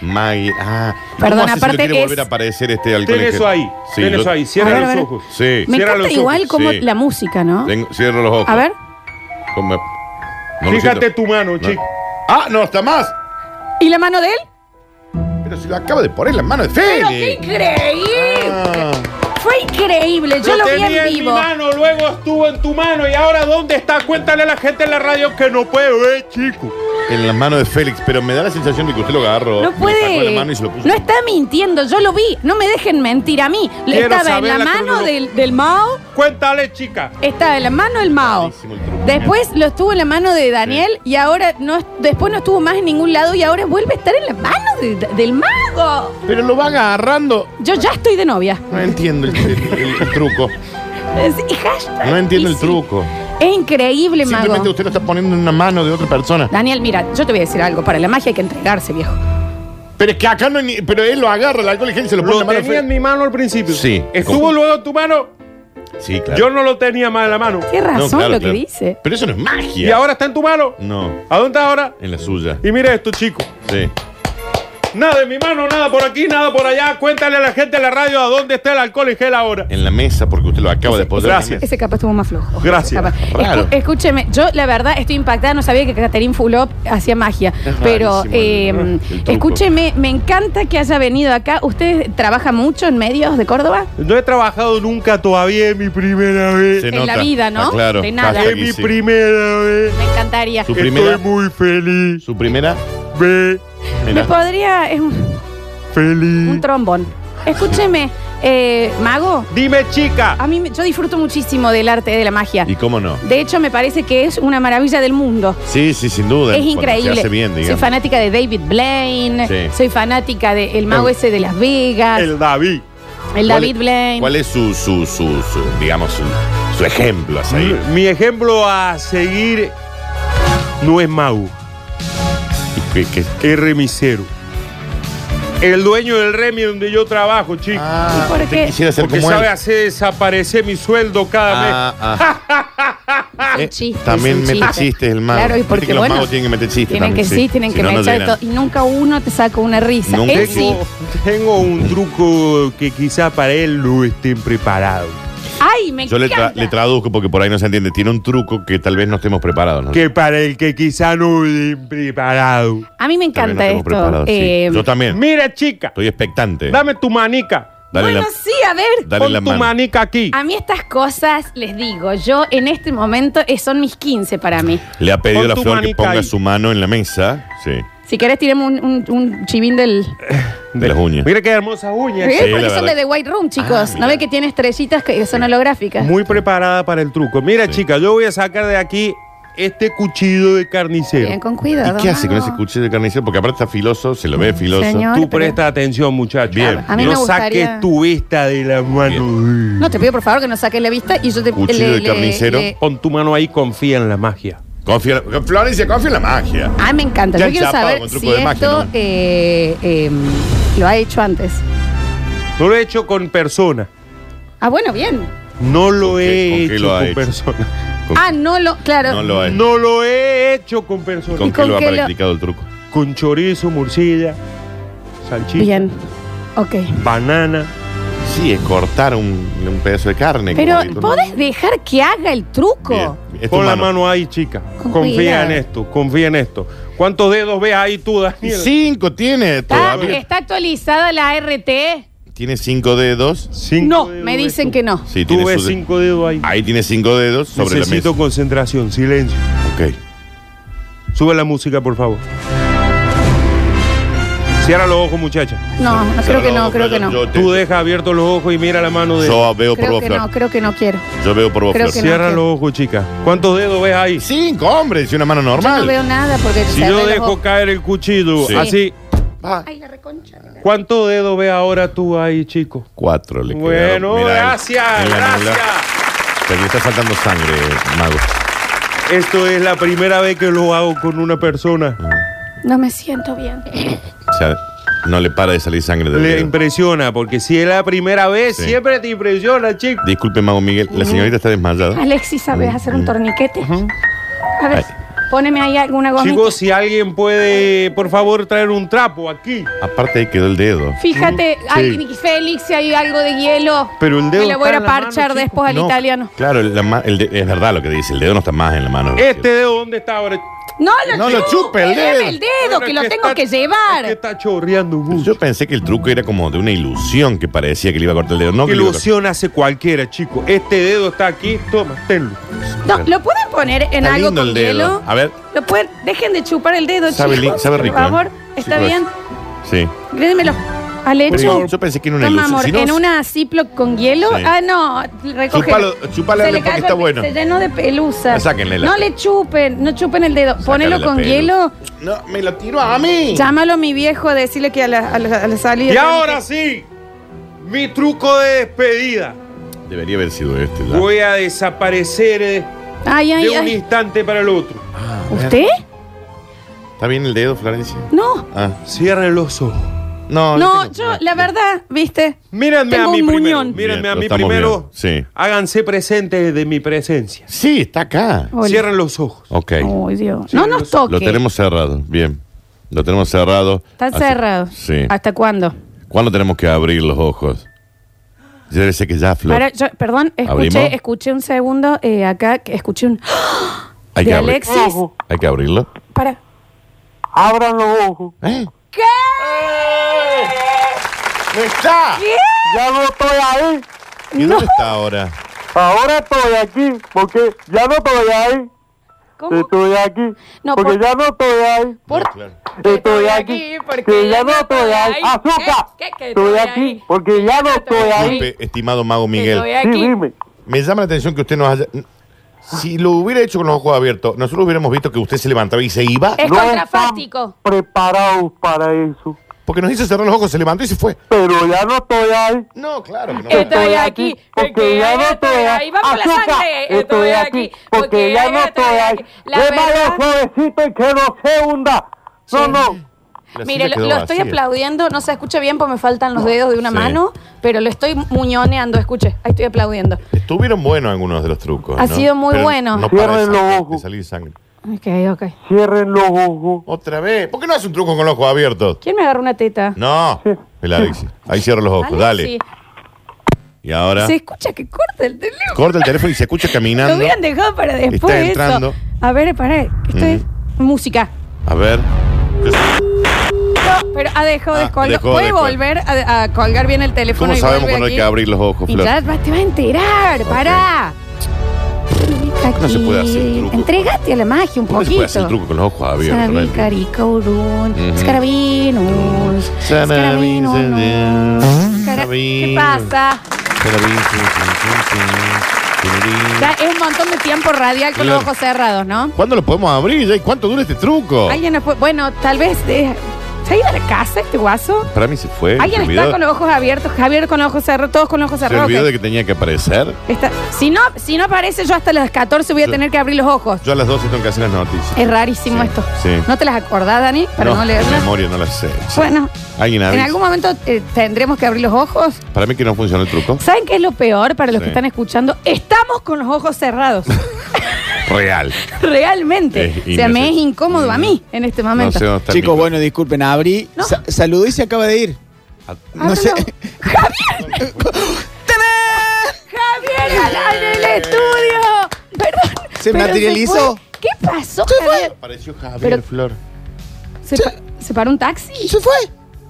Speaker 3: Magui. Ah. ¿Y
Speaker 2: Perdón,
Speaker 3: cómo hace si
Speaker 2: aparte
Speaker 3: lo quiere
Speaker 2: es-
Speaker 3: volver a aparecer este alcohol?
Speaker 4: Ten
Speaker 3: en
Speaker 4: eso
Speaker 3: gel?
Speaker 4: ahí.
Speaker 3: Sí,
Speaker 4: ten
Speaker 3: lo-
Speaker 4: eso ahí. Cierra
Speaker 2: A ver,
Speaker 4: los
Speaker 2: a ver.
Speaker 4: ojos.
Speaker 3: Sí.
Speaker 2: Me
Speaker 4: Cierra
Speaker 2: encanta
Speaker 4: los ojos,
Speaker 2: igual como
Speaker 3: sí.
Speaker 2: la música, ¿no?
Speaker 3: Tengo- cierro los ojos.
Speaker 2: A ver.
Speaker 3: Como- no lo
Speaker 4: Fíjate
Speaker 3: siento.
Speaker 4: tu mano,
Speaker 3: No.
Speaker 4: chico.
Speaker 3: Ah, no, está más.
Speaker 2: ¿Y la mano de él?
Speaker 3: Pero si lo acaba de poner en la mano de
Speaker 2: ¡Pero qué
Speaker 3: Félix.
Speaker 2: increíble!
Speaker 3: Ah.
Speaker 2: Fue increíble, yo lo, vi
Speaker 4: tenía
Speaker 2: en
Speaker 4: en mi
Speaker 2: vivo.
Speaker 4: mano, luego estuvo en tu mano y ahora ¿dónde está? Cuéntale a la gente en la radio que no puede ver, chico.
Speaker 3: En la mano de Félix, pero me da la sensación de que usted lo agarró.
Speaker 2: No
Speaker 3: Oh, Me lo sacó de la
Speaker 2: puede.
Speaker 3: mano y se lo puso.
Speaker 2: No está mintiendo, yo lo vi. No me dejen mentir a mí. Le
Speaker 4: Quiero
Speaker 2: Estaba en
Speaker 4: saber
Speaker 2: la
Speaker 4: la
Speaker 2: mano
Speaker 4: crono-
Speaker 2: del, del Mao,
Speaker 4: Cuéntale, chica.
Speaker 2: estaba en la mano del Mao.
Speaker 3: Malísimo el truco.
Speaker 2: Después lo estuvo en la mano de Daniel y ahora no después no estuvo más en ningún lado y ahora vuelve a estar en la mano de- del mago.
Speaker 3: Pero lo va agarrando.
Speaker 2: Yo ya estoy de novia.
Speaker 3: No entiendo el, el- el- el truco.
Speaker 2: Es- y hashtag
Speaker 3: No entiendo el
Speaker 2: easy.
Speaker 3: truco.
Speaker 2: Es increíble,
Speaker 3: Simplemente
Speaker 2: mago.
Speaker 3: usted lo está poniendo en una mano de otra persona.
Speaker 2: Daniel, mira, yo te voy a decir algo. Para la magia hay que entregarse, viejo.
Speaker 3: Pero es que acá no hay ni- Pero él lo agarra, el alcohol y gel se lo pone
Speaker 4: Lo
Speaker 3: en la mano. de
Speaker 4: tenía en
Speaker 3: Félix.
Speaker 4: mi mano al principio.
Speaker 3: Sí.
Speaker 4: Estuvo
Speaker 3: Con-
Speaker 4: luego en tu mano.
Speaker 3: Sí, claro.
Speaker 4: Yo no lo tenía más en la mano.
Speaker 2: Qué razón
Speaker 3: No, claro,
Speaker 2: lo
Speaker 3: claro.
Speaker 2: que dice.
Speaker 3: Pero eso no es
Speaker 4: Y
Speaker 3: magia.
Speaker 4: ahora está en tu mano.
Speaker 3: No,
Speaker 4: ¿A dónde está ahora?
Speaker 3: en la suya.
Speaker 4: Y mira esto, chico.
Speaker 3: Sí.
Speaker 4: Nada en mi mano, nada por aquí, nada por allá. Cuéntale a la gente en la radio a dónde está el alcohol en gel ahora.
Speaker 3: En la mesa, porque usted lo acaba de poner.
Speaker 4: Gracias.
Speaker 2: Ese capa estuvo más flojo.
Speaker 4: Gracias.
Speaker 2: Capaz. Escu-
Speaker 3: Raro.
Speaker 2: escúcheme, yo la verdad estoy impactada, no sabía que Catherine Fulop hacía magia.
Speaker 3: Es
Speaker 2: pero
Speaker 3: rarísimo el-
Speaker 2: eh,
Speaker 3: el truco.
Speaker 2: escúcheme, me encanta que haya venido acá. ¿Usted trabaja mucho en medios de Córdoba?
Speaker 4: No he trabajado nunca todavía, es mi primera vez.
Speaker 3: Se
Speaker 2: En la vida, ¿no?
Speaker 3: Ah, claro.
Speaker 2: De nada.
Speaker 3: Hashtag
Speaker 4: Es mi
Speaker 3: sí.
Speaker 4: primera vez.
Speaker 2: Me encantaría.
Speaker 3: Su
Speaker 4: Estoy
Speaker 3: primera.
Speaker 4: muy feliz.
Speaker 3: Su primera.
Speaker 4: Ve,
Speaker 2: Me
Speaker 3: Mira. Mm.
Speaker 2: podría. Es un, un
Speaker 4: feliz.
Speaker 2: trombón. Escúcheme, eh, Mago,
Speaker 4: Dime, chica.
Speaker 2: a mí me- yo disfruto muchísimo del arte de la magia.
Speaker 3: ¿Y cómo no?
Speaker 2: De hecho, me parece que es una maravilla del mundo.
Speaker 3: Sí, sí, sin duda.
Speaker 2: Es
Speaker 3: Cuando
Speaker 2: increíble.
Speaker 3: Se hace bien,
Speaker 2: soy
Speaker 3: digamos.
Speaker 2: fanática de David Blaine,
Speaker 3: Sí.
Speaker 2: soy fanática del mago
Speaker 3: El-
Speaker 2: ese de Las Vegas, el,
Speaker 4: El David.
Speaker 2: David
Speaker 3: ¿Cuál-
Speaker 2: Blaine.
Speaker 3: ¿Cuál es su, su, su, su, digamos, su, su ejemplo a seguir?
Speaker 4: Mi ejemplo a seguir no es Mau,
Speaker 3: ¿Qué- qué-
Speaker 4: es remisero. El dueño del remi donde yo trabajo, chico.
Speaker 3: Ah,
Speaker 2: por
Speaker 3: usted
Speaker 2: qué?
Speaker 3: quisiera ser
Speaker 4: porque
Speaker 3: como
Speaker 4: sabe
Speaker 3: él.
Speaker 4: hacer desaparecer mi sueldo cada
Speaker 3: Ah, ah. Eh,
Speaker 2: chiste,
Speaker 3: también
Speaker 2: es un
Speaker 3: mete
Speaker 2: chiste.
Speaker 3: chistes el mago.
Speaker 2: Claro, y
Speaker 3: Viste
Speaker 2: porque,
Speaker 3: que los
Speaker 2: bueno,
Speaker 3: magos tienen que meter chistes.
Speaker 2: Tienen que
Speaker 3: también,
Speaker 2: sí, tienen
Speaker 3: Si
Speaker 2: que
Speaker 3: no, no
Speaker 2: mechar
Speaker 3: llenan.
Speaker 2: todo. Y nunca uno te saca una risa.
Speaker 3: Nunca.
Speaker 2: Él
Speaker 4: mes.
Speaker 2: sí.
Speaker 4: Tengo, tengo un truco que quizá para él lo estén preparado.
Speaker 2: Ay, me
Speaker 3: Yo le, tra-
Speaker 2: encanta.
Speaker 3: le traduzco porque por ahí no se entiende. Tiene un truco que tal vez no estemos preparados. ¿no?
Speaker 4: Que para el que quizá no estén preparado.
Speaker 2: A mí me
Speaker 3: Tal vez
Speaker 2: encanta
Speaker 3: no estemos
Speaker 2: esto.
Speaker 3: preparados, sí.
Speaker 2: Eh,
Speaker 3: Yo también.
Speaker 4: Mira, chica,
Speaker 3: Estoy expectante.
Speaker 4: dame tu manica.
Speaker 3: Dale
Speaker 2: bueno,
Speaker 3: la,
Speaker 2: sí, a ver.
Speaker 3: dale
Speaker 4: Pon
Speaker 3: la
Speaker 4: tu
Speaker 3: mano.
Speaker 4: manica aquí.
Speaker 2: A mí estas cosas, les digo, yo en este momento eh, son mis 15 para mí.
Speaker 3: Le ha pedido
Speaker 4: Pon
Speaker 3: la
Speaker 4: tu
Speaker 3: flor que
Speaker 4: manica
Speaker 3: ponga
Speaker 4: ahí.
Speaker 3: su mano en la mesa. Sí.
Speaker 2: Si querés, tiremos un, un- un chivín del...
Speaker 3: De las uñas.
Speaker 4: Mira qué hermosa uña.
Speaker 2: ¿Eh?
Speaker 3: Sí, la
Speaker 2: Porque son
Speaker 3: verdad.
Speaker 2: de The White Room,
Speaker 3: Ah,
Speaker 2: chicos.
Speaker 3: mira.
Speaker 2: ¿No ve que tiene estrellitas que son holográficas?
Speaker 4: Muy preparada para el truco. Mira,
Speaker 3: Sí.
Speaker 4: chica, yo voy a sacar de aquí este cuchillo de carnicero.
Speaker 2: Bien, con cuidado.
Speaker 3: ¿Y qué hace con
Speaker 2: Mago.
Speaker 3: ese cuchillo de carnicero? Porque aparte está filoso, se lo ve filoso.
Speaker 2: Mm, Señor.
Speaker 4: Tú
Speaker 2: pero-
Speaker 4: presta atención, muchacho.
Speaker 3: Bien.
Speaker 2: A mí
Speaker 4: no
Speaker 2: me gustaría-
Speaker 4: saques tu vista de la mano.
Speaker 2: No, te pido por favor que no saques la vista y yo te...
Speaker 3: Cuchillo de carnicero.
Speaker 4: Pon tu mano ahí, confía en la magia.
Speaker 3: Confía, Florencia, confía en la magia.
Speaker 2: Ah, me encanta.
Speaker 3: Ya
Speaker 2: yo quiero
Speaker 3: chapado
Speaker 2: saber
Speaker 3: con
Speaker 2: si
Speaker 3: truco de
Speaker 2: esto
Speaker 3: magia, ¿no?
Speaker 2: eh, eh, lo ha hecho antes.
Speaker 4: No lo he hecho con persona.
Speaker 2: Ah, bueno, bien.
Speaker 4: No lo
Speaker 3: ¿Con
Speaker 4: he
Speaker 3: qué- con qué
Speaker 4: hecho
Speaker 3: lo ha
Speaker 4: con
Speaker 3: hecho?
Speaker 4: persona.
Speaker 3: Con-
Speaker 2: Ah, no lo... Claro.
Speaker 3: Pues No lo ha hecho.
Speaker 4: No lo he hecho con persona.
Speaker 3: ¿Con
Speaker 2: ¿Y
Speaker 4: Con,
Speaker 3: qué
Speaker 2: con
Speaker 3: lo ha
Speaker 2: qué lo-
Speaker 3: practicado el truco?
Speaker 4: chorizo, morcilla, salchicha,
Speaker 2: Bien. Ok.
Speaker 4: banana.
Speaker 3: Sí, es cortar un, un pedazo de carne.
Speaker 2: Pero,
Speaker 3: como digo, ¿no?
Speaker 2: ¿podés dejar que haga el truco?
Speaker 3: Bien. Es tu
Speaker 4: Pon la mano ahí, chica.
Speaker 2: Con
Speaker 4: confía
Speaker 2: cuidado.
Speaker 4: en esto, confía en esto. ¿Cuántos dedos ves ahí tú, Daniel?
Speaker 3: Cinco tiene
Speaker 2: ¿Está,
Speaker 3: todavía.
Speaker 2: está actualizada la RT?
Speaker 3: Tiene cinco dedos.
Speaker 4: Cinco
Speaker 2: No,
Speaker 4: dedos
Speaker 2: me
Speaker 4: ves
Speaker 2: dicen
Speaker 4: tú.
Speaker 2: que no.
Speaker 3: Sí,
Speaker 4: Tú
Speaker 3: tiene
Speaker 4: ves
Speaker 3: su-
Speaker 4: cinco dedos ahí.
Speaker 3: Ahí tiene cinco dedos sobre
Speaker 4: Necesito
Speaker 3: la
Speaker 4: concentración, silencio.
Speaker 3: mesa. Ok.
Speaker 4: Sube la música, por favor. Cierra los ojos, muchacha.
Speaker 2: No, no, creo que no, creo que no.
Speaker 3: Yo, te-
Speaker 4: Tú deja abiertos los ojos y mira la mano de.
Speaker 3: yo veo por
Speaker 2: Creo
Speaker 3: vos,
Speaker 2: que
Speaker 3: Flor.
Speaker 2: no, creo que no quiero.
Speaker 3: Yo veo por vos,
Speaker 2: Creo
Speaker 3: Flor.
Speaker 2: que no.
Speaker 4: Cierra los ojos, chica. ¿Cuántos dedos ves ahí?
Speaker 3: Cinco, hombre, si una mano
Speaker 2: Yo
Speaker 3: normal.
Speaker 2: no veo nada porque
Speaker 4: Si
Speaker 2: cerré
Speaker 4: yo
Speaker 2: los
Speaker 4: dejo
Speaker 2: ojos.
Speaker 4: caer el cuchillo
Speaker 3: Sí.
Speaker 4: así,
Speaker 3: Ah,
Speaker 2: Ay, la reconcha.
Speaker 4: ¿cuántos dedos ves ahora tú ahí, chico?
Speaker 3: Cuatro le quedaron.
Speaker 4: Bueno,
Speaker 3: Mirá,
Speaker 4: gracias,
Speaker 3: en la
Speaker 4: gracias.
Speaker 3: anular. Te le está faltando sangre, mago.
Speaker 4: Esto es la primera vez que lo hago con una persona.
Speaker 3: Ah,
Speaker 2: No me siento bien.
Speaker 3: O sea, no le para de salir sangre del
Speaker 4: Le
Speaker 3: dedo.
Speaker 4: impresiona, porque si es la primera vez,
Speaker 3: Sí.
Speaker 4: siempre te impresiona, chico.
Speaker 3: Disculpe, mago Miguel, la señorita está desmayada.
Speaker 2: Alexis, ¿sabes hacer un torniquete? A ver,
Speaker 3: Ay.
Speaker 2: poneme ahí alguna gomita.
Speaker 4: Chicos, si alguien puede, por favor, traer un trapo aquí.
Speaker 3: Aparte ahí quedó el dedo.
Speaker 2: Fíjate,
Speaker 3: Sí.
Speaker 2: ay, Félix, si hay algo de hielo.
Speaker 4: Pero el dedo
Speaker 2: Me lo voy a
Speaker 4: está
Speaker 2: ir
Speaker 4: en
Speaker 2: a
Speaker 4: la mano,
Speaker 2: parchar
Speaker 4: chico.
Speaker 2: después al
Speaker 3: No,
Speaker 2: italiano.
Speaker 3: Claro, la ma- el de- es verdad lo que dice, el dedo no está más en la mano.
Speaker 4: ¿Este dedo dónde está ahora?
Speaker 2: No lo,
Speaker 3: No lo chupe, el
Speaker 2: deme
Speaker 3: dedo.
Speaker 2: el dedo, que lo tengo que llevar.
Speaker 4: Que está chorreando mucho.
Speaker 3: Yo pensé que el truco era como de una ilusión que parecía que le iba a cortar el dedo. No,
Speaker 4: Qué
Speaker 3: que le iba a cortar-
Speaker 4: ilusión hace cualquiera, chico. Este dedo está aquí, toma, tenlo.
Speaker 2: No, ¿Lo pueden poner en
Speaker 3: Está
Speaker 2: algo
Speaker 3: lindo
Speaker 2: con
Speaker 3: el dedo.
Speaker 2: hielo?
Speaker 3: A ver.
Speaker 2: Lo pueden, dejen de chupar el dedo,
Speaker 3: Sabe li-
Speaker 2: chicos.
Speaker 3: sabe rico,
Speaker 2: Por favor,
Speaker 3: ¿eh?
Speaker 2: está
Speaker 3: Sí,
Speaker 2: bien.
Speaker 3: Sí.
Speaker 2: Grédemelo. Al hecho.
Speaker 3: Pero yo pensé que era una
Speaker 2: Toma,
Speaker 3: ilusión.
Speaker 2: amor,
Speaker 3: Si no,
Speaker 2: en una Ziploc con hielo.
Speaker 3: Sí.
Speaker 2: Ah, no, recoge.
Speaker 3: Chupalo- chupalo porque está bueno. Ah,
Speaker 2: Se llenó de pelusa.
Speaker 3: Sáquenle la-
Speaker 2: No le chupen, no chupen el dedo. Ponelo
Speaker 3: la
Speaker 2: con
Speaker 3: pelu.
Speaker 2: hielo.
Speaker 3: No, me lo tiró a mí.
Speaker 2: Llámalo a mi viejo a decirle que a la, a la- a la salida.
Speaker 4: Y ahora sí, mi truco de despedida.
Speaker 3: Debería haber sido este. la-
Speaker 4: Voy a desaparecer eh,
Speaker 2: Ay, ay,
Speaker 4: de un
Speaker 2: ay.
Speaker 4: instante para el otro.
Speaker 2: ¿Usted?
Speaker 3: ¿Está bien el dedo, Florencia?
Speaker 2: No.
Speaker 3: Ah.
Speaker 4: Cierren los ojos.
Speaker 3: No,
Speaker 2: No,
Speaker 3: tengo-
Speaker 2: yo, la verdad, viste.
Speaker 4: Mírenme
Speaker 2: Tengo
Speaker 4: a mí
Speaker 2: un
Speaker 4: primero.
Speaker 2: muñón.
Speaker 4: Mírenme
Speaker 3: Bien,
Speaker 4: a
Speaker 3: lo
Speaker 4: mí
Speaker 3: estamos
Speaker 4: primero.
Speaker 3: viendo, sí.
Speaker 4: Háganse presentes de mi presencia.
Speaker 3: Sí, está acá.
Speaker 2: Hola.
Speaker 4: Cierren los ojos.
Speaker 3: Ok.
Speaker 2: Ay, Dios. No nos toque.
Speaker 3: Lo tenemos cerrado. Bien. Lo tenemos cerrado.
Speaker 2: Están
Speaker 3: Así-
Speaker 2: cerrados.
Speaker 3: Sí.
Speaker 2: ¿Hasta cuándo?
Speaker 3: ¿Cuándo tenemos que abrir los ojos? Yo sé que ya, Flor.
Speaker 2: Para, yo, perdón,
Speaker 3: ¿Abrimos?
Speaker 2: escuché, escuché un segundo eh, acá, que escuché un
Speaker 3: Hay
Speaker 2: de
Speaker 3: que, abrir-
Speaker 2: Alexis.
Speaker 3: hay que abrirlo.
Speaker 2: Para.
Speaker 5: Abran los ojos.
Speaker 3: ¿Eh?
Speaker 2: ¿Qué?
Speaker 3: ¡No está!
Speaker 5: Ya no estoy ahí.
Speaker 3: ¿Y dónde está ahora?
Speaker 5: Ahora estoy aquí. Porque ya no estoy ahí.
Speaker 2: ¿Cómo?
Speaker 5: Estoy aquí.
Speaker 2: No,
Speaker 5: porque
Speaker 2: por-
Speaker 5: ya Uh. no estoy ahí.
Speaker 2: Por-
Speaker 3: Claro.
Speaker 5: Estoy aquí. Porque ya no estoy ahí. ¡Azúcar!
Speaker 2: ¿Qué? ¿Qué? ¿Qué?
Speaker 5: Estoy aquí. Porque ya no estoy ahí.
Speaker 3: Disculpe, estimado mago Miguel.
Speaker 2: Estoy
Speaker 5: Sí,
Speaker 2: aquí.
Speaker 5: dime.
Speaker 3: Me llama la atención que usted nos haya. Si lo hubiera hecho con los ojos abiertos, nosotros hubiéramos visto que usted se levantaba y se iba.
Speaker 2: Es
Speaker 5: No
Speaker 2: contrafáctico.
Speaker 5: están preparados para eso.
Speaker 3: Porque nos hizo cerrar los ojos, se levantó y se fue.
Speaker 5: Pero ya no estoy ahí.
Speaker 3: No, claro que no.
Speaker 2: Estoy aquí,
Speaker 5: porque
Speaker 2: porque
Speaker 5: ya no
Speaker 2: ya
Speaker 5: estoy
Speaker 2: estoy
Speaker 5: ahí.
Speaker 2: ahí. Vamos la
Speaker 5: Azúcar,
Speaker 2: sangre, estoy aquí,
Speaker 5: porque
Speaker 2: porque
Speaker 5: ya
Speaker 2: ya
Speaker 5: no
Speaker 2: estoy
Speaker 5: estoy ahí.
Speaker 2: aquí. La
Speaker 5: Le
Speaker 2: verdad-
Speaker 5: suavecito y que no se hunda. No, no.
Speaker 3: La
Speaker 2: Mire,
Speaker 3: silla
Speaker 2: lo,
Speaker 3: quedó
Speaker 2: lo estoy
Speaker 3: vacía.
Speaker 2: aplaudiendo, no se escucha bien porque me faltan los dedos de una
Speaker 3: Sí.
Speaker 2: mano, pero lo estoy muñoneando, escuche, ahí estoy aplaudiendo.
Speaker 3: Estuvieron buenos algunos de los trucos.
Speaker 2: Ha
Speaker 3: ¿no?
Speaker 2: sido muy
Speaker 3: Pero
Speaker 2: bueno.
Speaker 3: No para de
Speaker 5: Cierren los
Speaker 3: sangre-
Speaker 5: ojos.
Speaker 3: de salir sangre.
Speaker 2: Ok, ok.
Speaker 5: Cierren los ojos.
Speaker 3: Otra vez. ¿Por qué no hace un truco con los ojos abiertos?
Speaker 2: ¿Quién me agarró una teta?
Speaker 3: No. El Alexis. Ahí cierra los ojos.
Speaker 2: Alexi,
Speaker 3: Dale. Y ahora.
Speaker 2: Se escucha que corta el teléfono.
Speaker 3: Corta el teléfono y se escucha
Speaker 2: Lo
Speaker 3: caminando.
Speaker 2: hubieran dejado para después
Speaker 3: Está entrando.
Speaker 2: eso. A ver, pará, esto es música.
Speaker 3: A ver. Yo-
Speaker 2: No, pero ha dejado
Speaker 3: Ah,
Speaker 2: descolgar.
Speaker 3: dejó
Speaker 2: Puede
Speaker 3: descolgar.
Speaker 2: volver a, a colgar bien el teléfono.
Speaker 3: ¿Cómo
Speaker 2: y
Speaker 3: sabemos
Speaker 2: vuelve
Speaker 3: cuando hay
Speaker 2: aquí?
Speaker 3: que abrir los ojos,
Speaker 2: Y
Speaker 3: Flor?
Speaker 2: ya va- te vas a enterar, pará. Está
Speaker 3: No se
Speaker 2: aquí.
Speaker 3: puede hacer el truco.
Speaker 2: Entregate a la magia un
Speaker 3: ¿Cómo no se
Speaker 2: poquito.
Speaker 3: puede hacer el truco con los ojos abiertos? No entiendo.
Speaker 2: Sabicaricurún,
Speaker 3: Ujú.
Speaker 2: escarabinus,
Speaker 3: Sarabin,
Speaker 2: escarabinus,
Speaker 3: sarabin,
Speaker 2: escara-
Speaker 3: sarabin.
Speaker 2: ¿Qué pasa?
Speaker 3: Sarabin, sin, sin, sin, sin, sin,
Speaker 2: Ya es un montón de tiempo radial con los
Speaker 3: Claro.
Speaker 2: ojos cerrados, ¿no?
Speaker 3: sin. ¿Cuándo lo podemos abrir? ya? ¿Y cuánto dura este truco?
Speaker 2: Alguien nos puede- Bueno, tal vez. eh, ¿Se ha ido a la casa este guaso?
Speaker 3: Para mí se fue.
Speaker 2: Alguien
Speaker 3: ¿Eh? se
Speaker 2: está
Speaker 3: olvidó-
Speaker 2: con los ojos abiertos, Javier con los ojos cerrados, todos con los ojos
Speaker 3: Se
Speaker 2: cerrados.
Speaker 3: olvidó
Speaker 2: ok.
Speaker 3: de que tenía que aparecer.
Speaker 2: Está- si, no, si no aparece, yo hasta las 14 voy a
Speaker 3: Yo-
Speaker 2: tener que abrir los ojos.
Speaker 3: Yo a las 12 tengo que hacer las noticias.
Speaker 2: Es rarísimo
Speaker 3: Sí,
Speaker 2: esto.
Speaker 3: sí.
Speaker 2: ¿No te las acordás, Dani? Para no,
Speaker 3: De
Speaker 2: leerlas.
Speaker 3: memoria no las sé. Sí.
Speaker 2: Bueno,
Speaker 3: ¿Alguien
Speaker 2: en
Speaker 3: avisa?
Speaker 2: algún momento eh, tendremos que abrir los ojos.
Speaker 3: Para mí que no funciona el truco.
Speaker 2: ¿Saben qué es lo peor para los
Speaker 3: Sí.
Speaker 2: que están escuchando? Estamos con los ojos cerrados.
Speaker 3: Real.
Speaker 2: Realmente.
Speaker 3: Es
Speaker 2: o sea, me es
Speaker 3: innecesario.
Speaker 2: incómodo a mí en este
Speaker 3: No
Speaker 2: momento.
Speaker 3: sé dónde está el
Speaker 6: Chicos,
Speaker 3: micro.
Speaker 6: bueno, disculpen, abrí,
Speaker 2: No. Ah,
Speaker 6: sa- saludé y se acaba de ir. No sé.
Speaker 2: Ábrelo. ¡Javier! ¡Javier Galán en el estudio! Perdón.
Speaker 6: ¿Se
Speaker 2: pero
Speaker 6: materializó?
Speaker 2: fue. ¿Qué pasó, Javier?
Speaker 3: Apareció Javier
Speaker 2: Pero-
Speaker 3: Flor.
Speaker 2: ¿Se, pa- se paró un taxi?
Speaker 6: ¿Se fue?